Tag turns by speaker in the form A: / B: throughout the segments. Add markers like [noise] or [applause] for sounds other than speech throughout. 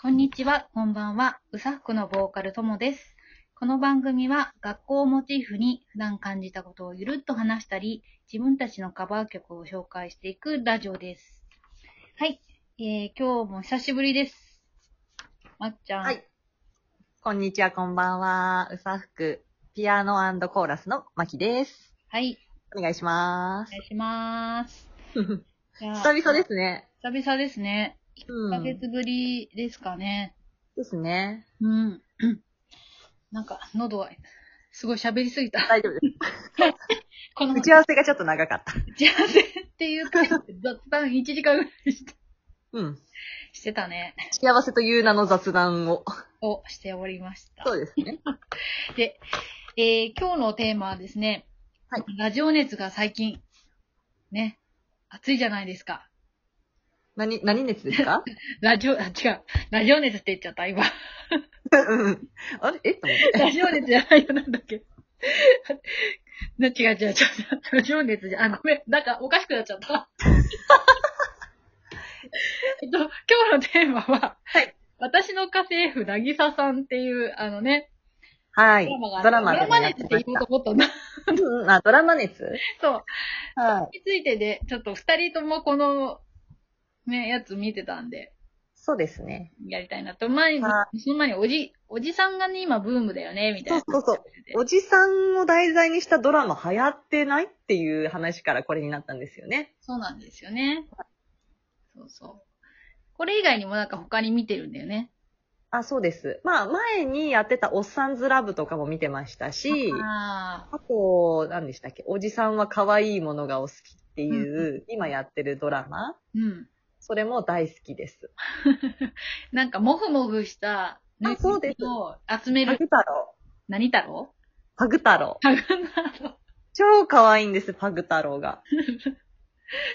A: こんにちは、こんばんは。うさふくのボーカルともです。この番組は学校をモチーフに普段感じたことをゆるっと話したり、自分たちのカバー曲を紹介していくラジオです。はい、えー、今日も久しぶりです。まっちゃん。
B: はい。こんにちは、こんばんは。うさふく、ピアノコーラスのまきです。
A: はい、
B: お願いし
A: お
B: ます
A: 願。いします。
B: 久
A: じゃあ
B: 々ですね。
A: 久々ですね。1
B: う
A: ヶ
B: ん。で
A: 月ぶりですかね。
B: すね。
A: うん。なんか、喉は、すごい喋りすぎた。
B: [laughs] 大丈夫です。
A: この
B: 打ち合わせがちょっと長かった。
A: 打ち合わせっていうか、雑談1時間ぐらいして
B: うん。
A: してたね。
B: 幸せという名の雑談を。
A: をしておりました。
B: そうですね。
A: で、えー今日のテーマはですね、
B: はい
A: ラジオ熱が最近、ね、熱いじゃないですか。
B: 何、何熱ですか [laughs]
A: ラジオ、あ、違う。ラジオ熱って言っちゃった、今。
B: うん。あれえと思って。
A: ラジオ熱じゃないよ、なんだっけ。 [laughs] な違う違う違う違う。ラジオ熱じゃ、あ、ごめん。なんか、おかしくなっちゃ
B: [laughs]
A: った。えっと、今日のテーマは、
B: はい
A: 私の家政婦、なぎささんっていう、あのね、
B: はい
A: ドラマがあ。ドラ
B: ドラマでも
A: マ
B: やっ
A: 熱
B: て
A: って
B: まし
A: 言おうと思ったんだ。
B: た。うんうんあ、ドラマ熱
A: そう。
B: はい。
A: についてで、ちょっと二人ともこの、ね、やつ見てたんで、
B: そうですね。
A: やりたいなと。前に、
B: は
A: その前におじ、おじさんがね、今ブームだよね、みたいな。
B: そうそうそうおじさんを題材にしたドラマ流行ってないっていう話からこれになったんですよね。
A: そうなんですよね。そうそう。これ以外にもなんか他に見てるんだよね。
B: あ、そうです。まあ、前にやってたおっさんずラブとかも見てましたし、
A: ああ。
B: あと、何でしたっけ、おじさんは可愛いものがお好きっていう、今やってるドラマ、
A: うん。
B: それも大好きです。
A: なんか、もふもふした、
B: あそうです
A: を集め
B: ハ
A: る
B: グ、太郎。
A: 何太郎 [laughs]
B: パグ太郎。
A: タグ太郎。
B: 超可愛いんです、パグ太郎が。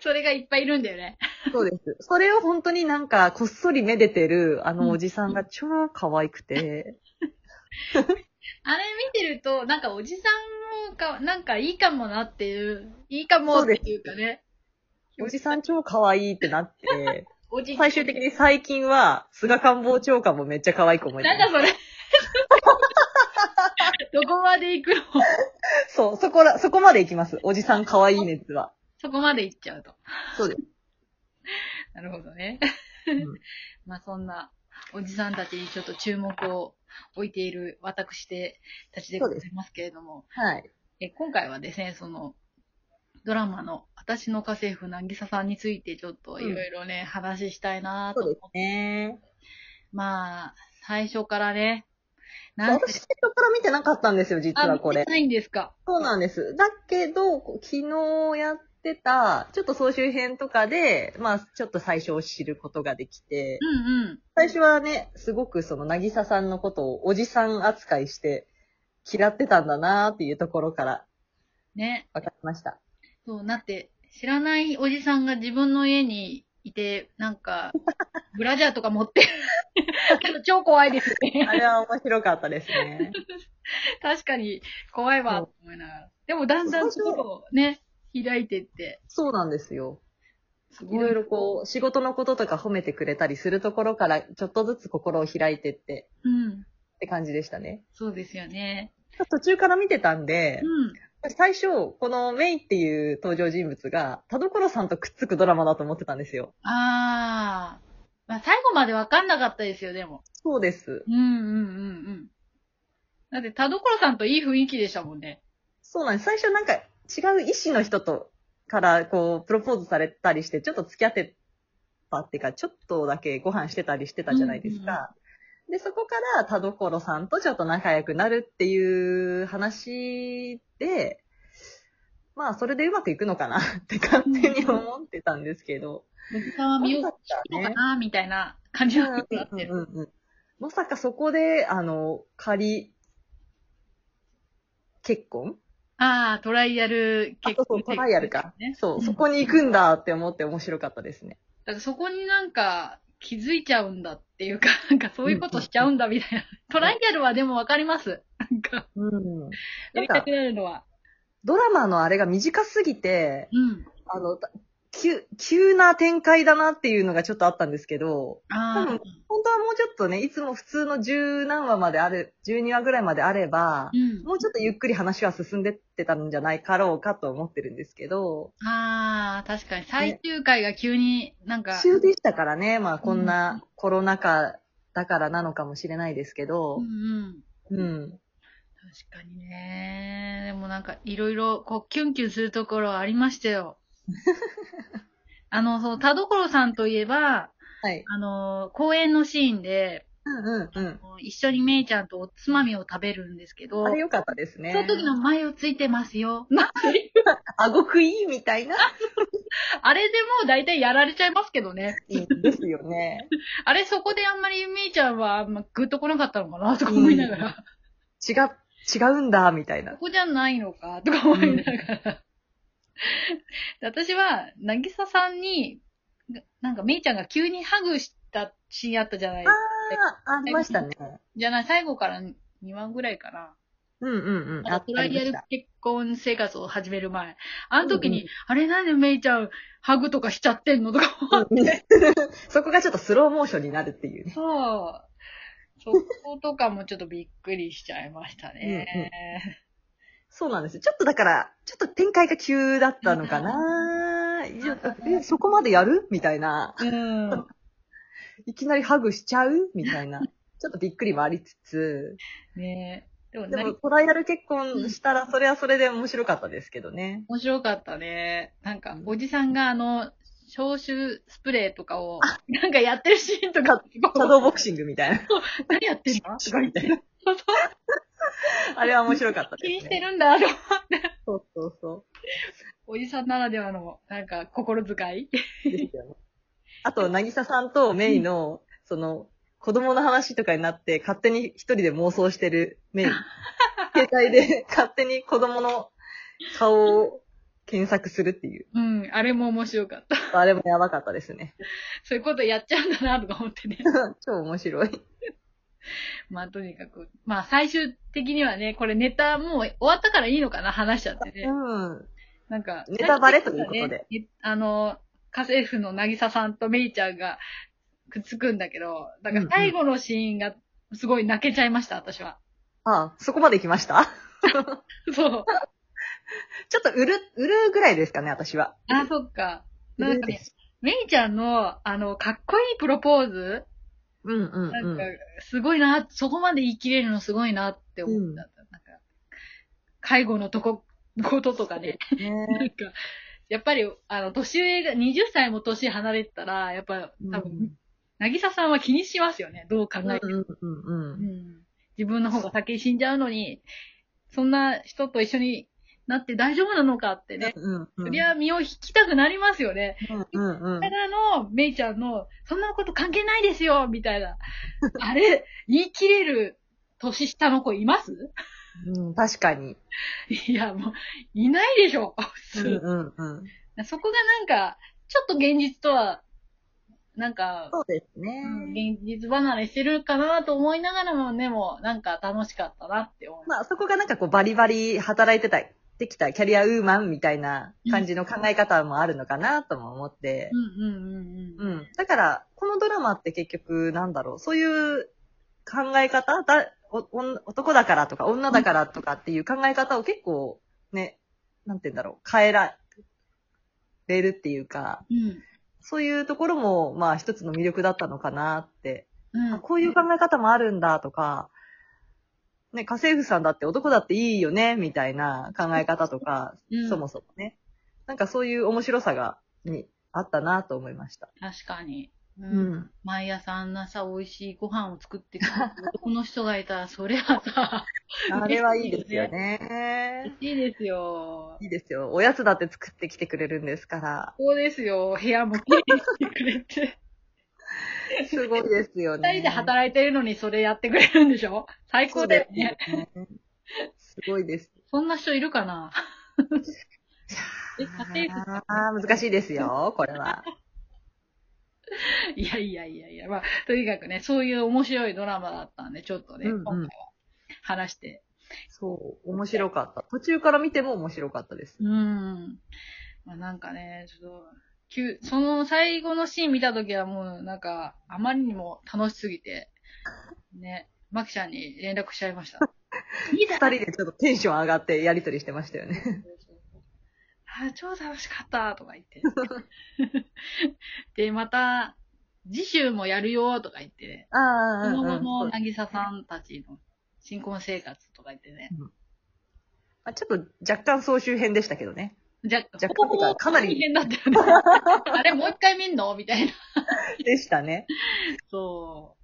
A: それがいっぱいいるんだよね。
B: そうです。それを本当になんか、こっそりめでてる、あ
A: うん
B: のおじさんが超可愛くて。
A: あれ見てると、なんかおじさんもか、なんかいいかもなっていう、いいかも
B: そう
A: って
B: です
A: いうかね。
B: おじさん超可愛いってな [laughs] って、
A: おじ
B: 最終的に最近は、菅官房長官もめっちゃ可愛い子もいて
A: なんだそれ [laughs] どこまで行くの
B: そう、そこら、そこまで行きます。おじさん可愛い熱は。
A: そこまで行っちゃうと。
B: そうです。
A: なるほどね。
B: うん
A: [laughs] まあそんな、おじさんたちにちょっと注目を置いている私でたちでございますけれども、
B: はい。
A: え今回はですね、その、ドラマの私の家政婦なぎささんについてちょっといろいろね、話したいなと
B: そう
A: 思っ
B: ですね。
A: まあ、最初からね。なん
B: 私、
A: で
B: 最初から見てなかったんですよ、実
A: あ、
B: は
A: 見
B: こ
A: て
B: れ。
A: ないんですか。
B: そうなんです。だけど、こう昨日やってた、ちょっと総集編とかで、まあ、ちょっと最初を知ることができて
A: う、んうん。
B: 最初はね、すごくその、なぎささんのことをおじさん扱いして、嫌ってたんだなーっていうところから
A: ね。
B: 分かりました。
A: そう、だって、知らないおじさんが自分の家にいて、なん
B: [laughs]
A: か、ブラジャーとか持って、 [laughs] 超怖いです
B: あ [laughs]
A: ね。
B: れは面白かったです [laughs] ね。
A: 確かに、怖いわ、と思いながら。でも、だんだん
B: そうそう
A: 心をね、開いてって、
B: そうなんですよ。
A: す
B: いろいろこう、仕事のこととか褒めてくれたりするところから、ちょっとずつ心を開いてって、
A: う。うん。
B: って感じでしたね。
A: そうですよね。
B: 途中から見てたんで
A: う、ん。
B: 最初、このメイっていう登場人物が、田所さんとくっつくドラマだと思ってたんですよ。
A: あー。まあ、最後までわかんなかったですよ、でも。
B: そうです。
A: うんうんうんうん。だって、田所さんといい雰囲気でしたもんね。
B: そうなんです。最初なんか、違う医師の人と、から、こう、プロポーズされたりして、ちょっと付き合ってたっていうか、ちょっとだけご飯してたりしてたじゃないです
A: うん
B: か。で、そこから田所さんとちょっと仲良くなるっていう話で、まあ、それでうまくいくのかなって勝手に思ってたんですけど。
A: おじさんは身を引くのかな、みたいな感じになってる。
B: うんうんうんまさかそこで、あの、仮、結婚
A: ああ、トライアル
B: あそうそう、トライアルか。そうう、
A: ん
B: そこに行くんだって思って面白かったですね。
A: だからそこになんか気づいちゃうんだっていうか、 [laughs] なんかそういうことしちゃうんだみたいな。トライアルはでもわかります。なんか、
B: うん。
A: や
B: なん
A: りた
B: か
A: く、なるのは。
B: ドラマのあれが短すぎて、
A: うん。
B: あの、た急、急な展開だなっていうのがちょっとあったんですけど、多
A: あ
B: 分、本当はもうちょっとね、いつも普通の10何話まである、12話ぐらいまであれば
A: あ、、うん。
B: もうちょっとゆっくり話は進んでってたんじゃないかろうかと思ってるんですけど、
A: ああ、確かに最終回が急になんか、
B: 週でしたからね、まあこんなコロナ禍だからなのかもしれないですけど
A: うん、うん。
B: うん。
A: 確かにね。でもなんかいろいろこうキュンキュンするところはありました
B: [laughs]
A: よ。あの、そう、田所さんといえば、
B: はい。
A: あの、公演のシーンで、
B: うんうんうん。
A: 一緒にめいちゃんとおつまみを食べるんですけど、
B: あ
A: そ
B: れ良かったですね。
A: の時の前をついてますよ。
B: 顎食いみたいな。
A: あれでもう大体やられちゃいますけどね。
B: いいですよ [laughs] ね。
A: あれそこであんまりめいちゃんはあんまグッと来なかったのかなとか思いながら、
B: 違、違うんだ、みたい
A: こ
B: な。
A: こじゃないのかとか思いながら。私は、なぎささんに、なんかめいちゃんが急にハグしたシーンあったじゃない、
B: あーありましたね。
A: じゃない、最後から2話ぐらいかな。
B: うんうんうん。あっ
A: ト
B: た
A: ライ
B: りま
A: ア
B: し
A: ル
B: た。
A: 結婚生活を始める前。あの時に、
B: うん
A: あれなんでめいちゃん、ハグとかしちゃってんのとか思って。
B: [laughs] そこがちょっとスローモーションになるっていうね。
A: そう。そことかもちょっとびっくりしちゃいましたね。
B: そうなんです。ちょっとだから、ちょっと展開が急だったのかな。いやえそこまでやるみたいな。
A: うん。うん
B: いきなりハグしちゃうみたいな。ちょっとびっくりもありつつ。
A: ねえ。でも
B: で
A: 何
B: も、トライアル結婚したら、それはそれで面白かったですけどね。
A: 面白かったね。なんか、おじさんがあの、消臭スプレーとかを、なんかやってるシーンとか、
B: シャドーボクシングみたいな。
A: 何やってんの
B: すごいみたいな。あれは面白かったです、
A: 気
B: ね。
A: にしてるんだ、とか
B: そうそうそ
A: おじさんならではの、なんか、心遣い。
B: う。ですよね。あと、なぎささんとメイの、その、子供の話とかになって、勝手に一人で妄想してるメイ。携帯で勝手に子供の顔を検索するっていう。
A: うん、あれも面白かった。
B: あれもやばかったですね。
A: そういうことやっちゃうんだな、とか思ってね。 [laughs]
B: 超面白い。
A: まあ、とにかく。まあ、最終的にはね、これネタもう終わったからいいのかな、話しちゃって
B: う
A: ね。
B: ん。
A: なんか。
B: ネタバレということで
A: ね。 [laughs] あの、家政婦のなぎささんとめいちゃんがくっつくんだけど、だから最後のシーンがすごい泣けちゃいました、私は。 [laughs]
B: ああ、そこまで行きました
A: そう。
B: ちょっと売る、売るぐらいですかね、私は。
A: あ、そっか。
B: う
A: なん
B: ん
A: かね、めいちゃんの、あの、かっこいいプロポーズ
B: うんうん
A: なんか
B: うん。、
A: すごいな、そこまで言い切れるのすごいなって思った。
B: うん
A: なんか、介護のとこ、 [laughs] こととかね。な
B: ね
A: んか、やっぱり、あの、年上が、20歳も年離れてたら、やっぱ、多分、なぎささんは気にしますよね。どう考
B: うんう
A: えても。
B: んうんうん。
A: うん自分の方が先に死んじゃうのに、そんな人と一緒になって大丈夫なのかってね。
B: うんう
A: そ
B: ん
A: りゃ身を引きたくなりますよね。
B: うんうんうん
A: ただの、めいちゃんの、そんなこと関係ないですよみたい
B: [laughs]
A: な。あれ、言い切れる年下の子います
B: うん、確かに。
A: いや、もう、いないでしょ、
B: う
A: 普
B: ん
A: 通。
B: うんうん。
A: そこがなんか、ちょっと現実とは、なんか、
B: そうですね。
A: うん現実離れしてるかなと思いながらも、でも、なんか楽しかったなって思う。
B: まあそこがなんかこうバリバリ働いてた、できたキャリアウーマンみたいな感じの考え方もあるのかなとも思って
A: う。んうんうん
B: う
A: うん。
B: ん。だから、このドラマって結局なんだろう、そういう考え方だおお男だからとか女だからとかっていう考え方を結構ね、なんて言うんだろう、変えられるっていうか、
A: うん。
B: そういうところもまあ一つの魅力だったのかなって
A: うん。
B: あこういう考え方もあるんだとか、ね、家政婦さんだって男だっていいよね、みたいな考え方とか、
A: うん
B: そもそもね。なんかそういう面白さが、に、あったなと思いました。
A: 確かに。う。。
B: うん
A: 毎朝あんなさ、美味しいご飯を作ってくれる男の人がいたら、それはさ、
B: あれはいいですよね。
A: いいですよ。
B: いいですよ。おやつだって作ってきてくれるんですから。
A: こうですよ。部屋も綺麗にしてくれて。
B: すごいですよ
A: 二
B: ね。
A: 人で働いてるのにそれやってくれるんでしょ最高だよね。
B: そうですよね。すごいです。
A: そんな人いるかなえ、家庭
B: ああー、難しいですよ、これは。
A: いやいやいやいや、まあ、とにかくね、そういう面白いドラマだったんで、ちょっとね、
B: うんうん
A: 今回は話して。
B: そう、面白かった。途中から見ても面白かったです。
A: うん。まあなんかね、ちょっと、急その最後のシーン見たときはもうなんか、あまりにも楽しすぎて、ね、マキちゃんに連絡しちゃいました。いい
B: 二
A: だ
B: 人でちょっとテンション上がってやりとりしてましたよね。
A: あー超楽しかったとか言って。 [laughs] で、また、次週もやるよとか言って、
B: あ [laughs] あ
A: その後
B: そ
A: の
B: う
A: 渚さんたちの新婚生活とか言ってね。
B: まあちょっと若干総集編でしたけどね。
A: じゃ、
B: 若干とかかなり
A: 大変だったよね。あれ、もう一回見んのみたいな。
B: でしたね。
A: そ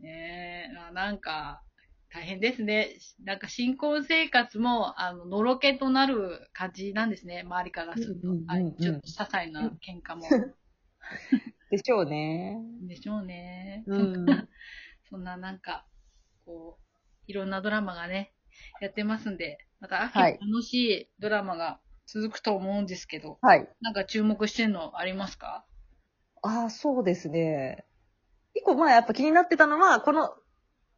A: う。ねえ、あなんか、大変ですね。なんか新婚生活も、あの、のろけとなる感じなんですね。周りからすると。
B: うんうんうんうん
A: あちょっと些細な喧
B: [laughs]
A: 嘩も。
B: でしょうね。
A: でしょうね。
B: うん。
A: そんななんか、こう、いろんなドラマがね、やってますんで、また秋も
B: はい
A: 楽しいドラマが続くと思うんですけど、
B: はい。
A: なんか注目してるのありますか
B: ああ、そうですね。一個まあやっぱ気になってたのは、この、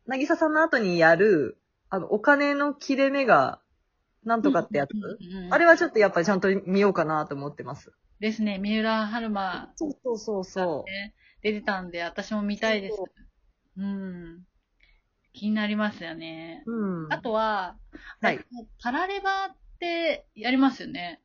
B: なぎささんの後にやる、あの、お金の切れ目が、なんとかってやつ、あれ
A: は
B: はちょっとやっぱちゃんと見ようかなと思ってます。
A: ですね、三浦春馬
B: そうそうそう
A: が
B: そ
A: ね、出てたんで、私も見たいです
B: そ。
A: うん。気になりますよね。
B: う。うん。
A: あ、とは、
B: はい。
A: パラレバってやりますよね。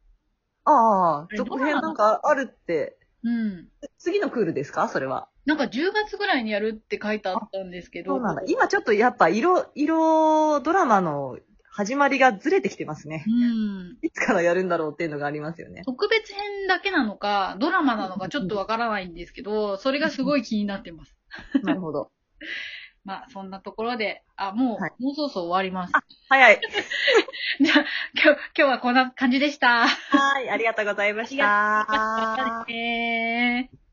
B: ああ、
A: れどう
B: 続
A: なの
B: 編なんかあるって、
A: うん。
B: 次のクールですかそれは。
A: なんか10月ぐらいにやるって書いてあったんですけど。
B: そうなんだ。今ちょっとやっぱ色、色、ドラマの始まりがずれてきてますね [laughs]
A: う。ん。
B: いつからやるんだろうっていうのがありますよね。
A: 特別編だけなのか、ドラマなのかちょっとわからないんですけど、それがすごい気になってます。
B: なるほ [laughs] ど。
A: まあ、そんなところで、あ、もう、
B: はい
A: もうそろそろ終わります。
B: 早い。
A: じゃあ、今日、今日はこんな感じでした。
B: はい、ありがとうございました。
A: またねー